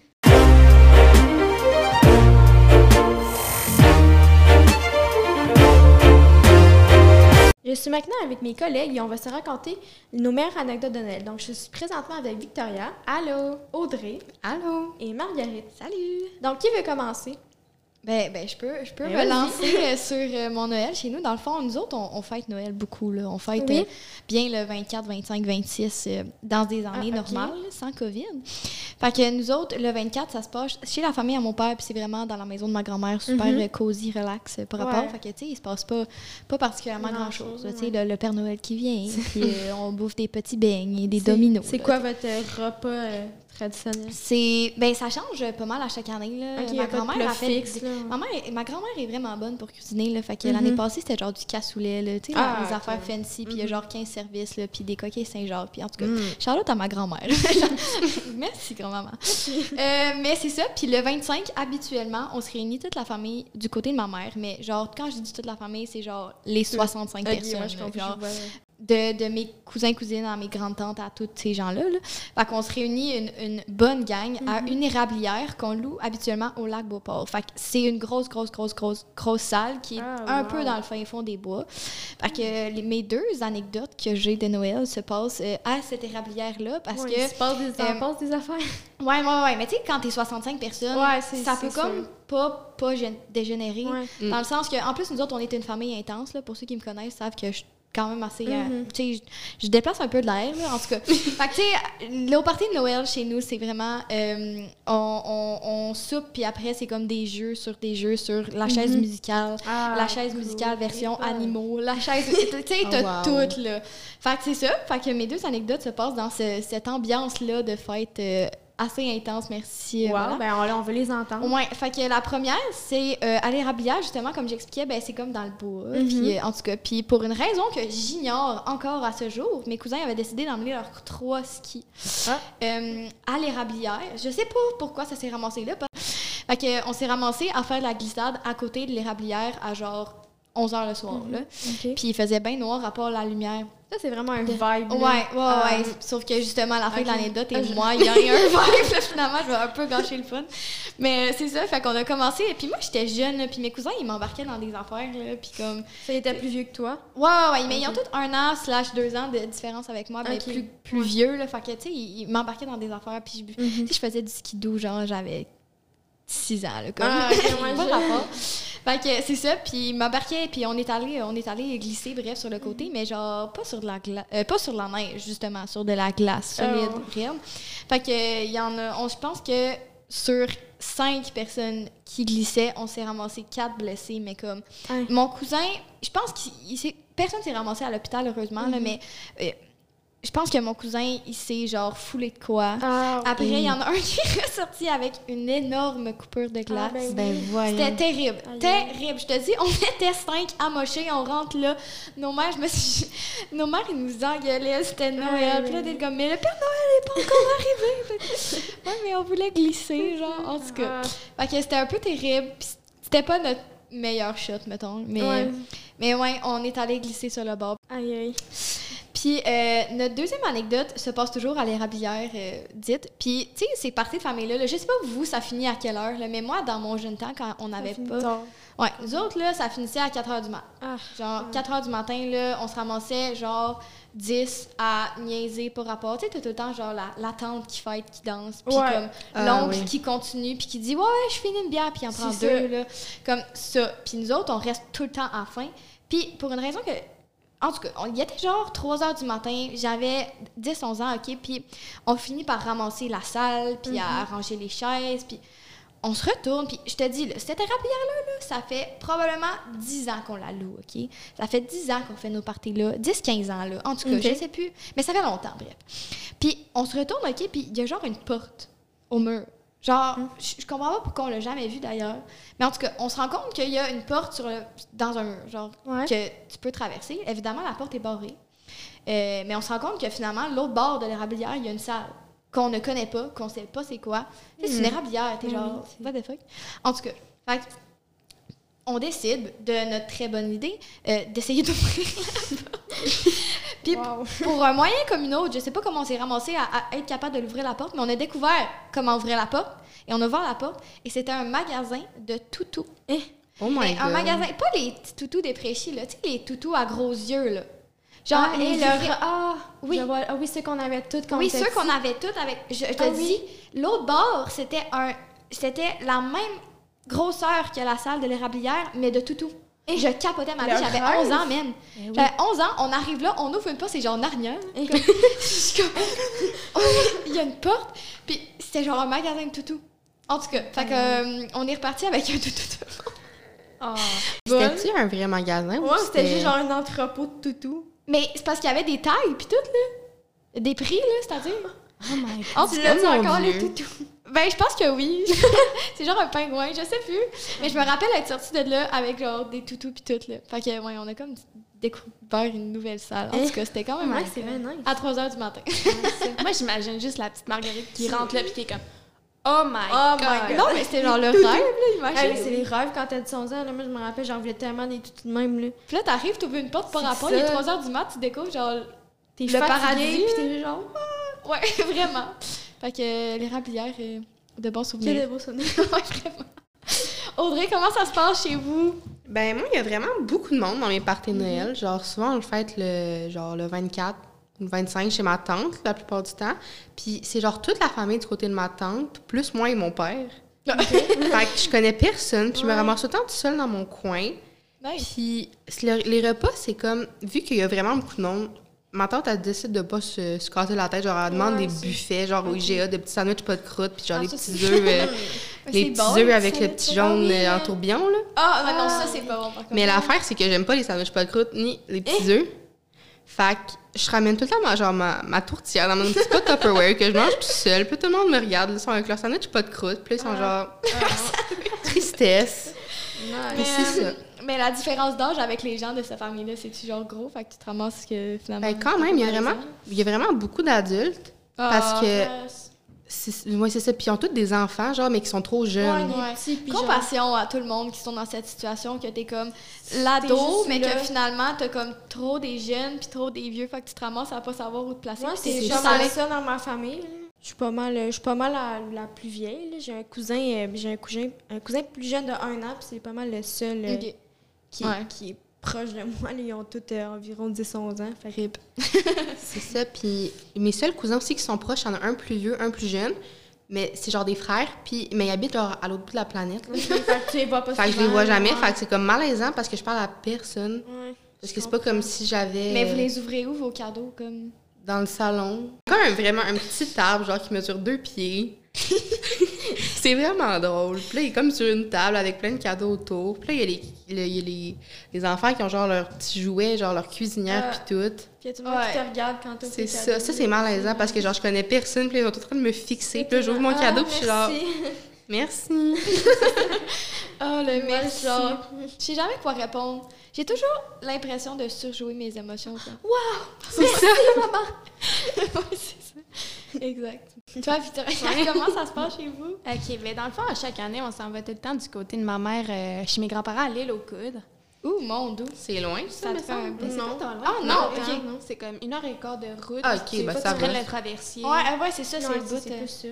Speaker 1: Je suis maintenant avec mes collègues et on va se raconter nos meilleures anecdotes de Noël. Donc, je suis présentement avec Victoria. Allô. Audrey.
Speaker 5: Allô?
Speaker 1: Et Marguerite.
Speaker 5: Salut!
Speaker 1: Donc, qui veut commencer?
Speaker 5: Ben, ben, je peux, je peux
Speaker 1: Ben,
Speaker 5: me
Speaker 1: vas-y.
Speaker 5: lancer euh, sur euh, mon Noël chez nous. Dans le fond, nous autres, on, on fête Noël beaucoup. Là. On fête
Speaker 1: Oui.
Speaker 5: euh, bien le 24, 25, 26 euh, dans des années
Speaker 1: Ah, ok.
Speaker 5: normales, là, sans COVID. Fait que nous autres, le 24, ça se passe chez la famille à mon père, puis c'est vraiment dans la maison de ma grand-mère, super
Speaker 1: Mhm.
Speaker 5: euh, cosy, relax euh, par rapport.
Speaker 1: Ouais.
Speaker 5: Fait que, tu sais, il se passe pas, pas particulièrement
Speaker 1: Grand-chose,
Speaker 5: grand-chose. là. Tu sais, le, le Père Noël qui vient, puis euh, on bouffe des petits beignes et des
Speaker 1: C'est-
Speaker 5: dominos.
Speaker 1: C'est
Speaker 5: là.
Speaker 1: quoi votre euh, repas euh, traditionnel?
Speaker 5: C'est ben ça change pas mal à chaque année là.
Speaker 1: Ok, y
Speaker 5: ma
Speaker 1: a pas de
Speaker 5: grand-mère
Speaker 1: plat
Speaker 5: a fait
Speaker 1: fixe, là.
Speaker 5: ma, mère est- ma grand-mère est vraiment bonne pour cuisiner là, fait que l'année passée c'était genre du cassoulet là, tu sais
Speaker 1: Mhm. Ah,
Speaker 5: les
Speaker 1: ok. Mhm.
Speaker 5: affaires fancy puis il y a genre 15 services là, puis des coquilles Saint-Georges puis en
Speaker 1: Oh
Speaker 5: tout cas Charlotte à ma grand-mère. Merci grand-maman. Euh, mais c'est ça puis le 25 habituellement on se réunit toute la famille du côté de ma mère mais genre quand je dis toute la famille c'est genre les 65
Speaker 1: Ok,
Speaker 5: personnes.
Speaker 1: ouais, je
Speaker 5: là,
Speaker 1: comprends,
Speaker 5: genre,
Speaker 1: je vois.
Speaker 5: de, de mes cousins, cousines, à mes grandes-tantes, à tous ces gens-là. Là. Fait qu'on se réunit une, une bonne gang à
Speaker 1: Mm-hmm.
Speaker 5: une érablière qu'on loue habituellement au lac Beauport. Fait que c'est une grosse, grosse, grosse, grosse, grosse salle qui est
Speaker 1: Ah,
Speaker 5: un
Speaker 1: wow.
Speaker 5: peu dans le fin fond des bois. Fait que euh, les- mes deux anecdotes que j'ai de Noël se passent euh, à cette érablière-là parce
Speaker 1: Ouais,
Speaker 5: que...
Speaker 1: il se passe des,
Speaker 5: euh,
Speaker 1: il se passe des affaires.
Speaker 5: Ouais, ouais, ouais. Mais tu sais, quand t'es 65 personnes,
Speaker 1: Ouais, c'est-
Speaker 5: ça
Speaker 1: c'est
Speaker 5: peut comme pas, pas gén- dégénérer.
Speaker 1: Ouais.
Speaker 5: Dans le sens que, en plus, nous autres, on est une famille intense. Là. Pour ceux qui me connaissent, savent que je suis quand même assez. euh, tu sais, je, je déplace un peu de l'air, là, en tout cas. fait que, tu sais, le party de Noël chez nous, c'est vraiment. euh, on, on- on soupe, puis après, c'est comme des jeux sur des jeux sur la chaise musicale,
Speaker 1: Ah,
Speaker 5: la chaise musicale version animaux, la chaise. Tu sais, t'as tout, là. Fait que c'est ça. Fait que mes deux anecdotes se passent dans ce- cette ambiance-là de fête euh, assez intense. Merci. euh,
Speaker 1: Wow,
Speaker 5: voilà.
Speaker 1: ben, on, on veut les entendre.
Speaker 5: Ouais, fait que la première, c'est euh, à l'érabilière, justement, comme j'expliquais, ben, c'est comme dans le bois. Puis, euh, en tout cas, puis pour une raison que j'ignore encore à ce jour, mes cousins avaient décidé d'emmener leurs trois skis euh, à l'érabilière. Je sais pas pourquoi ça s'est ramassé là. parce- Fait que, euh, on s'est ramassé à faire de la glissade à côté de l'érabilière à genre 11h le soir. là.
Speaker 1: Ok.
Speaker 5: Puis il faisait bien noir à part la lumière.
Speaker 1: Ça, c'est vraiment un vibe. là.
Speaker 5: Ouais, ouais, ouais.
Speaker 1: Euh,
Speaker 5: Sauf que justement, à la fin
Speaker 1: ok.
Speaker 5: de l'anecdote
Speaker 1: Ah,
Speaker 5: et
Speaker 1: je-
Speaker 5: moi, il y a eu un vibe. là, finalement, je vais un peu gâcher le fun. Mais euh, c'est ça, fait qu'on a commencé. Et puis moi, j'étais jeune. là, Puis mes cousins, ils m'embarquaient dans des affaires. Là, puis comme.
Speaker 1: Ça, il était plus vieux que toi.
Speaker 5: Ouais, ouais, ouais. Mais ils ont tous un an, slash deux ans de différence avec moi. Mais
Speaker 1: Ok.
Speaker 5: plus, plus vieux, là. Fait que, tu sais, ils ils m'embarquaient dans des affaires. Puis je, tu sais, je faisais du skidoo, genre, j'avais 6 ans, là. Comme.
Speaker 1: Ah, ok, ouais,
Speaker 5: Pas
Speaker 1: je-
Speaker 5: rapport. Fait que c'est ça, puis il m'embarquait, puis on est allé, on est allé glisser, bref, sur le côté, mais genre pas sur de la gla- euh, pas sur la neige justement, sur de la glace solide,
Speaker 1: Oh.
Speaker 5: raide. Fait que euh, il y en a, on- je pense que sur cinq personnes qui glissaient, on s'est ramassé quatre blessés, mais comme
Speaker 1: Hein. Mm-hmm.
Speaker 5: mon cousin, je pense qu'il il s'est- personne s'est ramassé à l'hôpital heureusement là, mais euh, je pense que mon cousin, il s'est genre foulé de quoi.
Speaker 1: Ah,
Speaker 5: Après, il y en a un qui est ressorti avec une énorme coupure de glace.
Speaker 1: ben oui.
Speaker 7: Ben
Speaker 5: C'était
Speaker 7: voyons.
Speaker 5: terrible,
Speaker 1: Aïe.
Speaker 5: terrible. Je te dis, on était cinq amochés, on rentre là. Nos mères, je me suis... Nos mères, ils nous engueulaient,
Speaker 1: Ah,
Speaker 5: c'était Noël.
Speaker 1: Aïe.
Speaker 5: Puis là, des comme, mais le Père Noël est pas encore arrivé. Fait que- ouais, mais on voulait glisser, genre, en tout cas.
Speaker 1: Ah.
Speaker 5: Fait que c'était un peu terrible. Puis c'était pas notre meilleur shot, mettons. Mais
Speaker 1: Ouais.
Speaker 5: mais ouais, on est allé glisser sur le bord.
Speaker 1: Aïe, aïe.
Speaker 5: Puis euh, notre deuxième anecdote se passe toujours à l'érablière euh, dite. Puis, tu sais, ces parties de famille-là, là, je sais pas vous, ça finit à quelle heure, là, mais moi, dans mon jeune temps, quand on n'avait pas... Ouais, nous autres, là, ça finissait à 4 h du matin.
Speaker 1: Ah.
Speaker 5: Genre, 4 h du matin, là, on se ramassait, genre, 10 à niaiser pour rapport. Tu sais, t'as tout le temps, genre, la, la tante qui fête, qui danse, puis
Speaker 1: Ouais.
Speaker 5: comme
Speaker 7: Ah,
Speaker 5: l'oncle
Speaker 7: oui.
Speaker 5: qui continue, puis qui dit, ouais, ouais, je finis une bière, puis il en prend
Speaker 1: C'est
Speaker 5: deux, là. Comme ça. Puis nous autres, on reste tout le temps à la fin. Puis pour une raison que. En tout cas, on- il était genre 3 h du matin, j'avais 10-11 ans, OK, puis on finit par ramasser la salle, puis à arranger les chaises, puis on se retourne, puis je te dis, là, cette thérapie-là, là, ça fait probablement 10 ans qu'on la loue, OK? Ça fait 10 ans qu'on fait nos parties-là, 10-15 ans, là, en tout cas, je sais plus, mais ça fait longtemps, bref. Puis on se retourne, OK, puis il y a genre une porte au mur. Genre, je je comprends pas pourquoi on l'a jamais vu d'ailleurs, mais en tout cas, on se rend compte qu'il y a une porte sur le- dans un mur, genre,
Speaker 1: Ouais.
Speaker 5: que tu peux traverser. Évidemment, la porte est barrée. Euh, mais on se rend compte que finalement, l'autre bord de l'érablière, il y a une salle qu'on ne connaît pas, qu'on sait pas c'est quoi. Tu sais, C'est une érablière, t'es genre, what the fuck. En tout cas, fait que on décide de notre très bonne idée euh, d'essayer d'ouvrir la porte. Puis pour un moyen comme une autre, je sais pas comment on s'est ramassé à, à être capable de l'ouvrir la porte, mais on a découvert comment ouvrir la porte et on a ouvert la porte et c'était un magasin de toutous.
Speaker 7: Oh my
Speaker 5: Mais
Speaker 7: god.
Speaker 5: un magasin, pas les petits toutous dépréchés, là, tu sais, les toutous à gros yeux, là. Genre,
Speaker 1: Ah, et
Speaker 5: les
Speaker 1: le
Speaker 5: vrais-
Speaker 1: re- Ah,
Speaker 5: Oui.
Speaker 1: oui. ah oui, ceux qu'on avait toutes quand
Speaker 5: oui,
Speaker 1: on
Speaker 5: ceux
Speaker 1: était
Speaker 5: qu'on avait tous avec. Je, je te
Speaker 1: Ah oui.
Speaker 5: dis, l'autre bord, c'était un, c'était la même grosseur que la salle de l'érablière, mais de toutou. Et je capotais ma vie,
Speaker 1: Eh. Le
Speaker 5: j'avais
Speaker 1: rêve. Eh
Speaker 5: 11 ans même. J'avais 11 ans, on arrive là, on ouvre une porte, c'est genre Narnia. Comme- je suis comme- Il y a une porte, puis c'était genre un magasin de toutou. En tout cas, fait que,
Speaker 1: Ah.
Speaker 5: euh, on est reparti avec un toutou.
Speaker 7: C'était-tu un vrai magasin? ou
Speaker 1: Ouais, c'était juste genre un entrepôt de toutous.
Speaker 5: Mais c'est parce qu'il y avait des tailles, puis tout, là. Des prix, là, c'est-à-dire.
Speaker 7: Oh my
Speaker 5: En
Speaker 7: Tu
Speaker 5: tout cas,
Speaker 7: l'as dit
Speaker 5: tu as
Speaker 7: mon
Speaker 5: encore les
Speaker 7: Dieu.
Speaker 5: toutous. Ben, je pense que oui. c'est genre un pingouin, je sais plus. Mais je me rappelle être sortie de là avec genre des toutous pis tout, là. Fait que, ouais, on a comme découvert une nouvelle salle. En tout cas, c'était quand même
Speaker 1: Ouais,
Speaker 5: nice.
Speaker 1: c'est bien nice.
Speaker 5: À 3 h du matin.
Speaker 8: Moi, j'imagine juste la petite Marguerite qui rentre là puis qui est comme Oh my
Speaker 1: Oh
Speaker 8: god.
Speaker 1: my
Speaker 5: non, mais c'était genre le rêve, là,
Speaker 1: Ah oui,
Speaker 5: imagine.
Speaker 1: c'est les rêves quand t'as 11 ans. Là, moi, je me rappelle, j'en voulais tellement des toutous de même. Là.
Speaker 5: Puis là, t'arrives, t'ouvres une porte par
Speaker 1: C'est
Speaker 5: rapport,
Speaker 1: ça.
Speaker 5: il est 3 h du mat, tu découvres genre.
Speaker 1: T'es
Speaker 5: Le
Speaker 1: fatigué,
Speaker 5: paradis,
Speaker 1: puis t'es genre... oh,
Speaker 5: Ouais, vraiment. Fait que les rablières, euh, de bons
Speaker 1: Quel
Speaker 5: souvenirs.
Speaker 1: beau souvenir.
Speaker 5: Ouais, vraiment. Audrey, comment ça se passe chez vous?
Speaker 7: Ben moi, il y a vraiment beaucoup de monde dans mes parties
Speaker 5: Mhm.
Speaker 7: de Noël. Genre souvent on le fête le genre le 24 ou le 25 chez ma tante la plupart du temps. Puis c'est genre toute la famille du côté de ma tante, plus moi et mon père.
Speaker 5: Ah,
Speaker 7: fait que je connais personne, puis je me ramasse autant toute seule dans mon coin.
Speaker 5: Nice.
Speaker 7: Puis c'est le- les repas, c'est comme vu qu'il y a vraiment beaucoup de monde. Ma tante, elle décide de pas se, se casser la tête. Genre, elle demande
Speaker 1: Ouais,
Speaker 7: des
Speaker 1: c'est-
Speaker 7: buffets, genre au IGA, des petits sandwichs pas de croûte, puis genre
Speaker 5: Ah,
Speaker 7: des
Speaker 5: ça,
Speaker 7: petits œufs, euh, les
Speaker 5: C'est
Speaker 7: petits
Speaker 5: bon,
Speaker 7: œufs
Speaker 5: les
Speaker 7: avec
Speaker 5: petits
Speaker 7: le petit
Speaker 5: sandwichs. Ah
Speaker 7: jaune
Speaker 5: oui,
Speaker 7: euh, en
Speaker 5: hein.
Speaker 7: tourbillon, là.
Speaker 5: Ah, ouais, non, ça, c'est pas bon, par contre.
Speaker 7: Mais l'affaire, c'est que j'aime pas les sandwichs pas de croûte ni les petits œufs. Fait que je ramène tout le temps ma, genre, ma, ma tourtière dans mon petit pot Tupperware que je mange toute seule. Puis tout le monde me regarde. Ils sont avec leur sandwich pas de croûte. Puis là, ils sont genre. Tristesse.
Speaker 5: Mais,
Speaker 7: Puis c'est
Speaker 5: euh,
Speaker 7: ça.
Speaker 5: mais la différence d'âge avec les gens de cette famille-là, c'est-tu genre gros? Fait que tu te ramasses que finalement.
Speaker 7: Ben, quand même, il y a vraiment, il y a vraiment beaucoup d'adultes.
Speaker 5: Ah,
Speaker 7: parce que. c'est- Ouais, c'est ça. Puis ils ont tous des enfants, genre, mais qui sont trop jeunes.
Speaker 5: Ouais.
Speaker 1: Petit, puis genre-
Speaker 5: Compassion à tout le monde qui sont dans cette situation, que t'es comme l'ado,
Speaker 1: juste
Speaker 5: mais
Speaker 1: là.
Speaker 5: que finalement t'as comme trop des jeunes puis trop des vieux, fait que tu te ramasses à pas savoir où te placer.
Speaker 1: Moi,
Speaker 5: puis
Speaker 1: c'est
Speaker 5: t'es
Speaker 1: genre
Speaker 5: juste avec-
Speaker 1: ça dans ma famille. là. Je suis pas mal, euh, je suis pas mal la, la plus vieille. là. J'ai un cousin, euh, j'ai un cousin, un cousin plus jeune de un an, puis c'est pas mal le seul euh,
Speaker 5: Ok.
Speaker 1: qui,
Speaker 5: Ouais.
Speaker 1: qui est proche de moi. là. Ils ont tous euh, environ 10-11 ans. Fait que-
Speaker 7: C'est ça. Puis mes seuls cousins aussi qui sont proches, il y en a un plus vieux, un plus jeune. Mais c'est genre des frères. Puis, mais ils habitent genre, à l'autre bout de la planète. là.
Speaker 1: fait que tu les vois pas
Speaker 7: Fait que je les
Speaker 1: souvent,
Speaker 7: vois jamais,
Speaker 1: ouais.
Speaker 7: fait que c'est comme malaisant parce que je parle à personne.
Speaker 1: Ouais.
Speaker 7: Parce que c'est pas comme si j'avais
Speaker 5: Mais vous les ouvrez où vos cadeaux? comme
Speaker 7: dans le salon. Comme un- vraiment un petit arbre, genre qui mesure deux pieds. c'est vraiment drôle. Puis là, il est comme sur une table avec plein de cadeaux autour. Puis là, il y a les, le- il y a les, les enfants qui ont genre leurs petits jouets, genre leur cuisinière,
Speaker 8: Ah.
Speaker 7: puis tout.
Speaker 8: Puis y a tout le monde qui te regarde quand t'as
Speaker 7: C'est ça. Ça, c'est malaisant parce que genre, je connais personne, puis là, ils sont tout en train de me fixer. Puis là, j'ouvre
Speaker 8: Ah,
Speaker 7: mon cadeau, puis je suis genre, merci.
Speaker 8: Oh, le
Speaker 5: Merci.
Speaker 8: merci. Genre,
Speaker 5: Je sais jamais quoi répondre. J'ai toujours l'impression de surjouer mes émotions. Wow! C'est ça, maman! oui, c'est ça. Exact. Toi, Victoria, comment ça se passe chez vous?
Speaker 8: OK, mais dans le fond, à chaque année, on s'en va tout le temps du côté de ma mère, euh, chez mes grands-parents à l'île aux coudes.
Speaker 5: Ouh, mon doux.
Speaker 7: C'est loin, ça,
Speaker 8: Ça
Speaker 7: me
Speaker 8: te fait un
Speaker 7: semble.
Speaker 8: peu. c'est
Speaker 7: Non.
Speaker 8: pas tant loin.
Speaker 5: Ah, non,
Speaker 8: tant,
Speaker 5: ok.
Speaker 8: non. C'est comme une heure et quart de route.
Speaker 7: Ah, ok,
Speaker 8: Tu-
Speaker 7: ben,
Speaker 8: tu
Speaker 7: ça
Speaker 8: prends
Speaker 7: va.
Speaker 8: la traversier.
Speaker 5: Ouais, ah ouais, c'est ça, c'est
Speaker 8: Ouais,
Speaker 5: le bout.
Speaker 8: c'est
Speaker 5: euh,
Speaker 8: plus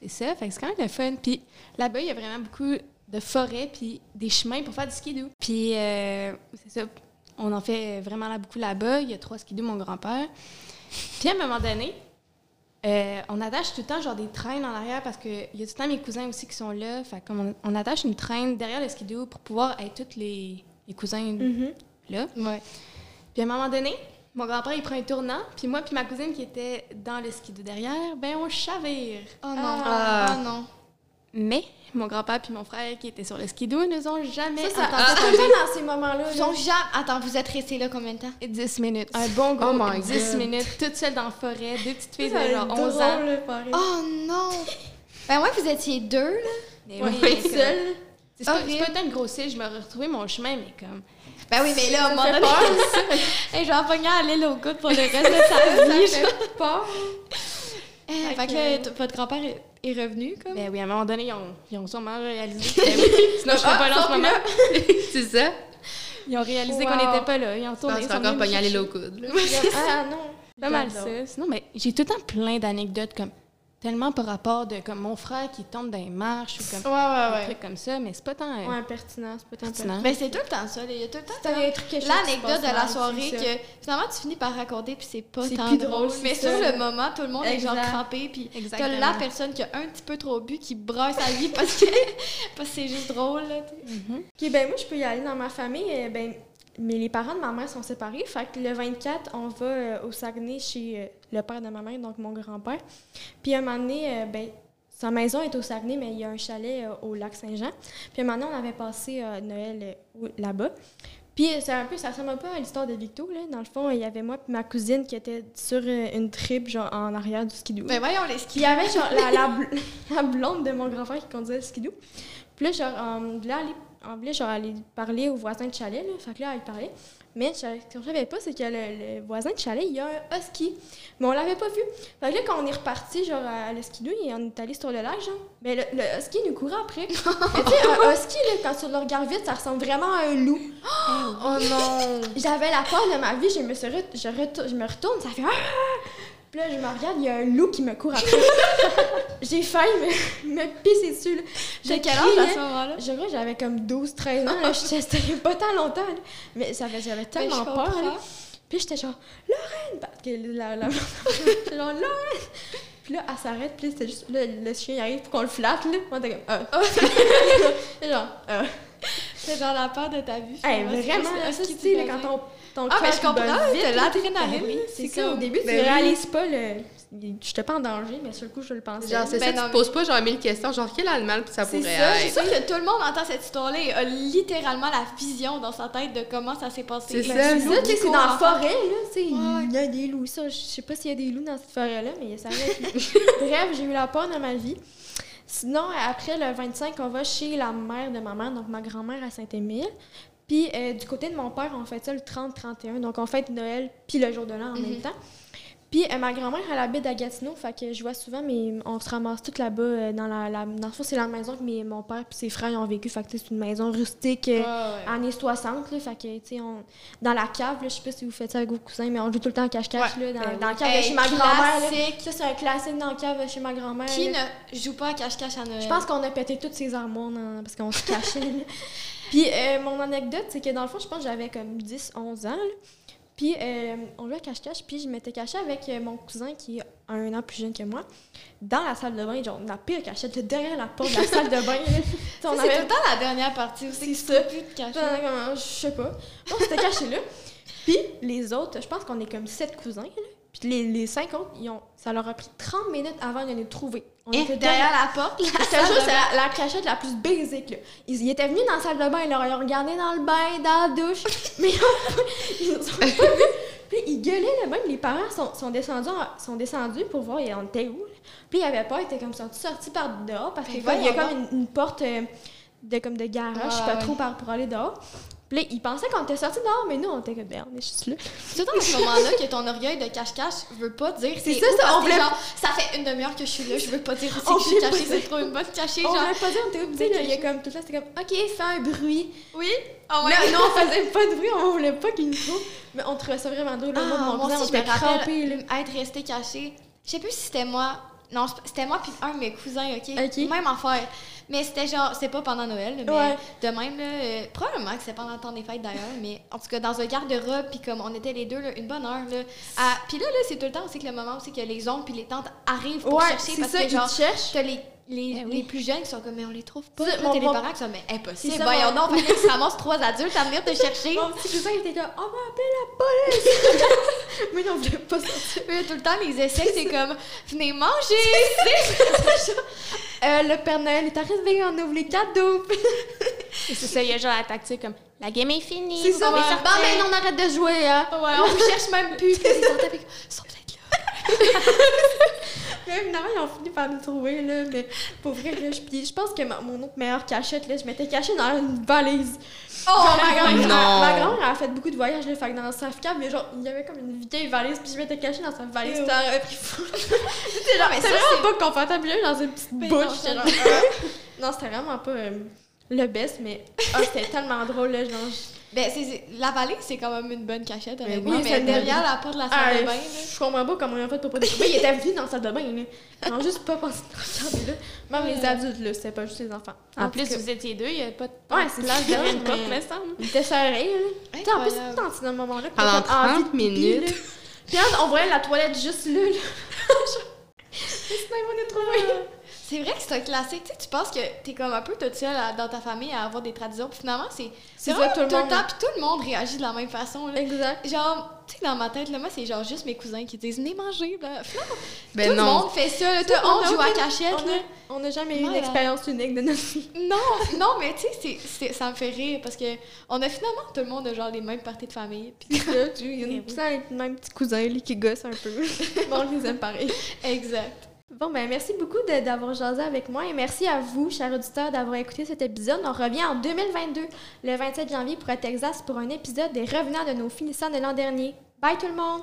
Speaker 8: C'est ça, fait que c'est quand même le fun. Puis là-bas, il y a vraiment beaucoup de forêts puis des chemins pour faire du skidoo. Puis euh, c'est ça, on en fait vraiment là beaucoup là-bas. Il y a trois skidoo, mon grand-père. Puis à un moment donné, euh, on attache tout le temps genre des traînes en arrière parce qu'il y a tout le temps mes cousins aussi qui sont là. Fait que comme on, on attache une traîne derrière le skidoo pour pouvoir être tous les, les cousins
Speaker 1: Mhm.
Speaker 8: là.
Speaker 5: Ouais.
Speaker 8: Puis à un moment donné, mon grand-père, il prend un tournant. Puis moi puis ma cousine qui était dans le skidoo derrière, ben on chavire.
Speaker 5: Oh non.
Speaker 7: Ah.
Speaker 5: Oh non.
Speaker 8: Mais mon grand-père puis mon frère qui étaient sur le skidoo ne sont jamais
Speaker 5: Ça, ça-
Speaker 7: Ah,
Speaker 8: entendus
Speaker 5: ça-
Speaker 8: dans ces moments-là.
Speaker 5: Ils ont jamais. Attends, vous êtes restés là combien de temps?
Speaker 8: 10 minutes. Un bon
Speaker 7: Oh
Speaker 8: gros
Speaker 7: my
Speaker 8: 10
Speaker 7: God.
Speaker 8: minutes, toutes seules dans la forêt, deux petites filles de genre 11 ans.
Speaker 5: Oh non! ben ouais, vous étiez deux, là.
Speaker 8: Mais
Speaker 5: Ouais,
Speaker 8: Ben oui,
Speaker 5: ouais,
Speaker 8: c'est
Speaker 5: seule.
Speaker 8: comme- C'est pas, c'est
Speaker 5: Horrible.
Speaker 8: pas tant une grossesse, je me retrouvais mon chemin, mais comme.
Speaker 5: Ben oui, mais là, à un moment
Speaker 8: fait
Speaker 5: donné,
Speaker 8: Hey, j'en pognais à l'île au coude pour le reste de sa vie. je pas.
Speaker 5: Eh, fait que là, t- votre grand-père est- est revenu, comme.
Speaker 8: Ben oui, à un moment donné, ils ont, ils ont sûrement réalisé que sinon je serais pas là en ce moment.
Speaker 7: C'est ça.
Speaker 8: Ils ont réalisé
Speaker 5: Wow.
Speaker 8: qu'on n'était pas là. Ils ont
Speaker 7: Non,
Speaker 8: tourné.
Speaker 7: c'est
Speaker 8: ils sont
Speaker 7: encore
Speaker 8: venus
Speaker 7: pogné à
Speaker 8: nous
Speaker 7: l'île
Speaker 8: chercher.
Speaker 7: au coude. là.
Speaker 1: Ah non.
Speaker 8: Pas mal ça. Sinon, mais j'ai tout le temps plein d'anecdotes comme tellement par rapport de comme mon frère qui tombe dans les marches ou comme
Speaker 5: Ouais, ouais,
Speaker 8: des trucs comme ça, mais c'est pas tant euh,
Speaker 1: Ouais, pertinent, c'est pas tant pertinent.
Speaker 8: pertinent.
Speaker 5: Ben c'est tout le temps ça, là. il y a tout le temps comme
Speaker 1: T'avais un truc, quelque chose qui se
Speaker 5: l'anecdote
Speaker 1: passe
Speaker 5: de la
Speaker 1: mal,
Speaker 5: soirée
Speaker 1: c'est ça.
Speaker 5: que finalement tu finis par raconter puis c'est pas
Speaker 1: C'est
Speaker 5: tant
Speaker 1: plus
Speaker 5: drôle,
Speaker 1: drôle, c'est
Speaker 5: mais sur
Speaker 1: ça.
Speaker 5: le moment tout le monde est genre
Speaker 8: Exact.
Speaker 5: crampé puis t'as
Speaker 8: Exactement.
Speaker 5: la personne qui a un petit peu trop bu qui brasse sa vie parce que parce que c'est juste drôle là, tu sais.
Speaker 1: Ok, ben moi, je peux y aller dans ma famille. euh, Ben, mais les parents de ma mère sont séparés. Fait que le 24, on va euh, au Saguenay chez euh, le père de ma mère, donc mon grand-père. Puis un moment donné, euh, ben, sa maison est au Saguenay, mais il y a un chalet euh, au lac Saint-Jean. Puis un moment donné, on avait passé euh, Noël euh, au- là-bas. Puis euh, c'est un peu, ça ressemble un peu à l'histoire de Victo, là. Dans le fond, il y avait moi et ma cousine qui était sur euh, une tripe, genre en arrière du skidoo.
Speaker 5: Ben voyons les
Speaker 1: Puis il y avait genre la, la, bl- la blonde de mon grand-frère qui conduisait le skidoo. Puis là, genre, on voulait aller, on voulait, genre, aller parler au voisin de chalet, là. Fait que là, elle parlait. Mais je- ce que je savais pas, c'est que le, le voisin de chalet, il y a un husky. Mais on l'avait pas vu. Fait que là, quand on est reparti, genre, à le skidoo, et on est allé sur le lac, genre, mais le, le husky nous courait après. mais tu sais, un husky, là, quand tu le regardes vite, ça ressemble vraiment à un loup.
Speaker 7: Oh non.
Speaker 1: J'avais la peur de ma vie, je me, suis re- je retou- je me retourne, ça fait Ah! Puis là, je me regarde, il y a un loup qui me court après. J'ai failli me, me pisser dessus. là. Je
Speaker 5: T'as quel âge à
Speaker 1: criais.
Speaker 5: ce moment-là? Ben,
Speaker 1: Je crois que j'avais comme 12, 13 ans, là. J'étais- c'était pas tant longtemps, là. Mais ça fait- j'avais tellement
Speaker 5: je
Speaker 1: peur, là.
Speaker 5: comprends.
Speaker 1: Puis j'étais genre, Lorraine! Parce que la. la j'étais genre, Lorraine! Puis là, elle s'arrête, puis là, c'était juste. Là, le chien il arrive pour qu'on le flatte, là. Moi, t'es comme, ah! J'étais genre, ah!
Speaker 5: C'est genre la peur de ta vie.
Speaker 1: Hey,
Speaker 5: finalement, c'est
Speaker 1: Eh, vraiment,
Speaker 5: juste le
Speaker 1: là,
Speaker 5: husky
Speaker 1: tu
Speaker 5: du
Speaker 1: sais, là,
Speaker 5: voisin.
Speaker 1: quand ton. ton
Speaker 5: Ah,
Speaker 1: cœur
Speaker 5: mais je
Speaker 1: qui bat
Speaker 5: comprends,
Speaker 1: vite,
Speaker 5: t'as
Speaker 1: là,
Speaker 5: l'adrénaline,
Speaker 1: ben oui,
Speaker 5: c'est
Speaker 1: c'est
Speaker 5: ça.
Speaker 1: ça. Au début, tu
Speaker 7: Ben oui.
Speaker 1: réalises pas le. Je te pas en danger, mais sur le coup, je le pensais.
Speaker 7: Genre, c'est
Speaker 5: Ben
Speaker 7: ça, tu
Speaker 5: non,
Speaker 7: te poses pas genre mille questions, genre quel animal que ça
Speaker 5: C'est
Speaker 7: pourrait
Speaker 5: ça, je suis
Speaker 7: être.
Speaker 5: sûre que tout le monde entend cette histoire-là et a littéralement la vision dans sa tête de comment ça s'est passé.
Speaker 7: C'est
Speaker 5: Le
Speaker 7: ça.
Speaker 5: loup
Speaker 1: C'est ça, tu sais,
Speaker 5: qui
Speaker 1: c'est
Speaker 5: court
Speaker 1: dans la
Speaker 5: en-
Speaker 1: forêt, là, tu sais, il y a des loups, ça. Je sais pas s'il y a des loups dans cette forêt-là, mais ça reste. Bref, j'ai eu la peur dans ma vie. Sinon, après le 25, on va chez la mère de ma mère, donc ma grand-mère à Saint-Émile. Puis euh, du côté de mon père, on fait ça le 30-31, donc on fête Noël puis le jour de l'an en même temps. Puis euh, ma grand-mère, elle habite à Gatineau, fait que je vois souvent, mais on se ramasse toutes là-bas euh, dans la, la- Dans le fond, c'est la maison que mes- mon père puis ses frères ils ont vécu, fait que tu sais, c'est une maison rustique. euh,
Speaker 5: Ah,
Speaker 1: années 60, là, fait que, tu sais, on... dans la cave, là, je sais pas si vous faites ça avec vos cousins, mais on joue tout le temps en cache-cache, là, dans, dans la cave de
Speaker 5: Ben Hey,
Speaker 1: chez ma grand-mère, là.
Speaker 5: classique.
Speaker 1: Ça, c'est un classique dans la cave de chez ma grand-mère,
Speaker 5: Qui
Speaker 1: là.
Speaker 5: ne joue pas à cache-cache à Noël?
Speaker 1: Je pense qu'on a pété toutes ses armoires dans- parce qu'on se cachait, là. Puis, euh, mon anecdote, c'est que dans le fond, je pense que j'avais comme 10, 11 ans, là. Puis, euh, on jouait à cache-cache, puis je m'étais cachée avec euh, mon cousin qui est un an plus jeune que moi, dans la salle de bain, genre, la pire cachette, là, derrière la porte de la salle de bain, là. Tu sais,
Speaker 5: Ça,
Speaker 1: on
Speaker 5: c'est
Speaker 1: avait
Speaker 5: tout le temps la dernière partie aussi.
Speaker 1: C'est
Speaker 5: que
Speaker 1: ça.
Speaker 5: tu peux plus te cacher.
Speaker 1: J'en ai comme, euh, je sais pas. Bon, c'était caché là. Puis les autres, je pense qu'on est comme sept cousins. là. Puis les, les cinq autres, ils ont, ça leur a pris 30 minutes avant de nous trouver. On
Speaker 7: Eh,
Speaker 1: était derrière la porte. C'était juste la, la cachette la plus basic. Là. Ils, ils étaient venus dans la salle de bain, ils leur ils ont regardé dans le bain, dans la douche, mais ils, ont- ils nous ont pas vus. Puis ils gueulaient le bain, les parents sont, sont, descendus, en- sont descendus pour voir on était où. Puis ils avaient peur, ils étaient comme sortis, sortis par dehors parce que
Speaker 5: Ben
Speaker 1: comme il y a
Speaker 5: voyons
Speaker 1: comme une, une porte euh, de, comme de garage, je sais
Speaker 5: Ah,
Speaker 1: pas
Speaker 5: ouais.
Speaker 1: trop par, pour aller dehors. Puis là, ils pensaient qu'on était sortis dehors, mais nous, on était comme, ben, on est juste là.
Speaker 5: Surtout à ce moment-là que ton orgueil de cache-cache veut pas dire
Speaker 1: C'est
Speaker 5: c'est
Speaker 1: ça,
Speaker 5: où,
Speaker 1: ça,
Speaker 5: parce
Speaker 1: on
Speaker 5: que
Speaker 1: voulait-
Speaker 5: genre, ça fait une demi-heure que je suis là, je veux pas dire où c'est
Speaker 1: On
Speaker 5: que je suis
Speaker 1: voulait
Speaker 5: cachée,
Speaker 1: pas
Speaker 5: c'est trop une bonne cachée,
Speaker 1: On
Speaker 5: genre.
Speaker 1: voulait pas dire, on était où, puis il y a comme tout ça, c'était comme, OK, fais un bruit.
Speaker 5: Oui? Ah ouais.
Speaker 1: Là, non, on faisait pas de bruit, on voulait pas qu'ils nous trouvent. Mais on trouvait ça vraiment drôle. là.
Speaker 5: Ah,
Speaker 1: moi, mon
Speaker 5: moi
Speaker 1: cousin,
Speaker 5: aussi,
Speaker 1: on
Speaker 5: je me
Speaker 1: était
Speaker 5: rappelle
Speaker 1: crampés, là.
Speaker 5: être restée cachée. Je sais plus si c'était moi. Non, c'est- c'était moi puis un de mes cousins, OK?
Speaker 1: Ok.
Speaker 5: Même affaire. Mais c'était genre, c'est pas pendant Noël, mais
Speaker 1: Ouais.
Speaker 5: de même, là, euh, probablement que c'était pendant le temps des fêtes d'ailleurs, mais en tout cas, dans un garde-robe, puis comme on était les deux, là, une bonne heure, là. à- puis là, là c'est tout le temps aussi que le moment aussi que les oncles puis les tantes arrivent pour
Speaker 1: Ouais,
Speaker 5: chercher
Speaker 1: c'est
Speaker 5: parce
Speaker 1: ça,
Speaker 5: que
Speaker 1: ils
Speaker 5: genre,
Speaker 1: te cherchent.
Speaker 5: t'as les, les, les plus jeunes qui sont comme, mais on les trouve pas.
Speaker 1: Ça,
Speaker 5: Puis là,
Speaker 1: mon
Speaker 5: t'as les
Speaker 1: propre-
Speaker 5: parents qui sont, mais impossible.
Speaker 1: C'est ça,
Speaker 5: Voyons
Speaker 1: mon-
Speaker 5: donc, fallait que ça ramasse trois adultes à venir te chercher.
Speaker 1: Mon petit cousin, il était là, on va appeler la police! mais non, on voulait pas sortir.
Speaker 5: Puis là, tout le temps, les essais, c'est comme, venez manger!
Speaker 1: Euh, le Père Noël est arrivé, on ouvre les cadeaux.
Speaker 8: Et c'est ça, il y a genre la tactique comme la game est finie.
Speaker 1: C'est
Speaker 8: vous
Speaker 1: ça,
Speaker 8: pouvez
Speaker 1: ouais.
Speaker 8: sortir.
Speaker 1: Bon, mais on arrête de jouer, hein!
Speaker 5: Ouais, on vous cherche même plus. Puis ils sont avec- ils sont peut-être là.
Speaker 1: Mais évidemment, ils ont fini par nous trouver, là. Mais pour vrai, là, je, puis je pense que ma- mon autre meilleure cachette, là, je m'étais cachée dans une valise. Oh ma grand-mère!
Speaker 7: Non.
Speaker 1: Ma grand-mère, elle a fait beaucoup de voyages, là. Fait que dans sa cave, mais genre, il y avait comme une vieille valise, puis je m'étais cachée dans sa valise.
Speaker 5: Ew.
Speaker 1: Ça aurait pris fou. C'est genre,
Speaker 5: mais
Speaker 1: c'est
Speaker 5: ça,
Speaker 1: vraiment pas confortable, là, dans une petite
Speaker 5: Mais
Speaker 1: bouche.
Speaker 5: non,
Speaker 1: j'étais genre, euh, Non, c'était vraiment pas euh, le best, mais ah, c'était tellement drôle, là. Genre, je-
Speaker 5: Ben, c'est- c'est- la vallée, c'est quand même une bonne cachette. Mais
Speaker 1: oui, c'est
Speaker 5: mais
Speaker 1: une
Speaker 5: derrière la porte de la salle
Speaker 1: Ah,
Speaker 5: de bain.
Speaker 1: je comprends pas comment ils ont fait pour pas découvrir. Il était venu dans la salle de bain, là. Ils ont juste pas pensé de regarder, là. Même les adultes, là, c'était pas juste les enfants.
Speaker 8: En
Speaker 1: tout
Speaker 8: plus,
Speaker 1: cas.
Speaker 8: vous étiez deux, il n'y avait pas de
Speaker 1: Ouais, c'est
Speaker 8: place
Speaker 1: ça,
Speaker 8: derrière une
Speaker 1: mais-
Speaker 8: porte, me semble.
Speaker 1: Il était serré, là. T'sais, en plus,
Speaker 5: Incroyable.
Speaker 1: dans ce moment-là, que t'as
Speaker 7: Pendant
Speaker 1: comme envie
Speaker 7: 30
Speaker 1: de pipi,
Speaker 7: minutes.
Speaker 1: là. Puis là, on voyait la toilette juste là, là. Sinon, ils vont nous trouver.
Speaker 5: C'est vrai que c'est un classique. Tu sais, tu penses que t'es comme un peu toute seule à- dans ta famille à avoir des traditions. Puis finalement, c'est c'est
Speaker 1: ça,
Speaker 5: vraiment
Speaker 1: tout le monde. hein.
Speaker 5: temps. Puis tout le monde réagit de la même façon. là.
Speaker 1: Exact.
Speaker 5: Genre, tu sais, dans ma tête, là, moi, c'est genre juste mes cousins qui disent Venez manger. Là. Finalement,
Speaker 7: Ben
Speaker 5: tout
Speaker 7: non.
Speaker 5: le monde fait ça. là. Tout le
Speaker 1: On
Speaker 5: monde
Speaker 1: a
Speaker 5: joue à
Speaker 1: aucune-
Speaker 5: cachette.
Speaker 1: on a-
Speaker 5: là.
Speaker 1: On n'a jamais eu une
Speaker 5: Voilà.
Speaker 1: expérience unique de notre vie.
Speaker 5: Non, non, mais tu sais, c'est- c'est- ça me fait rire parce que on a finalement tout le monde a genre les mêmes parties de famille. Puis
Speaker 1: Là, tu- il y a une- tout le temps les mêmes petits cousins, là, qui gossent un peu. bon, on les aime pareil.
Speaker 5: exact.
Speaker 1: Bon, ben merci beaucoup de- d'avoir jasé avec moi et merci à vous, chers auditeurs, d'avoir écouté cet épisode. On revient en 2022, le 27 janvier, pour être exact, pour un épisode des revenants de nos finissants de l'an dernier. Bye tout le monde!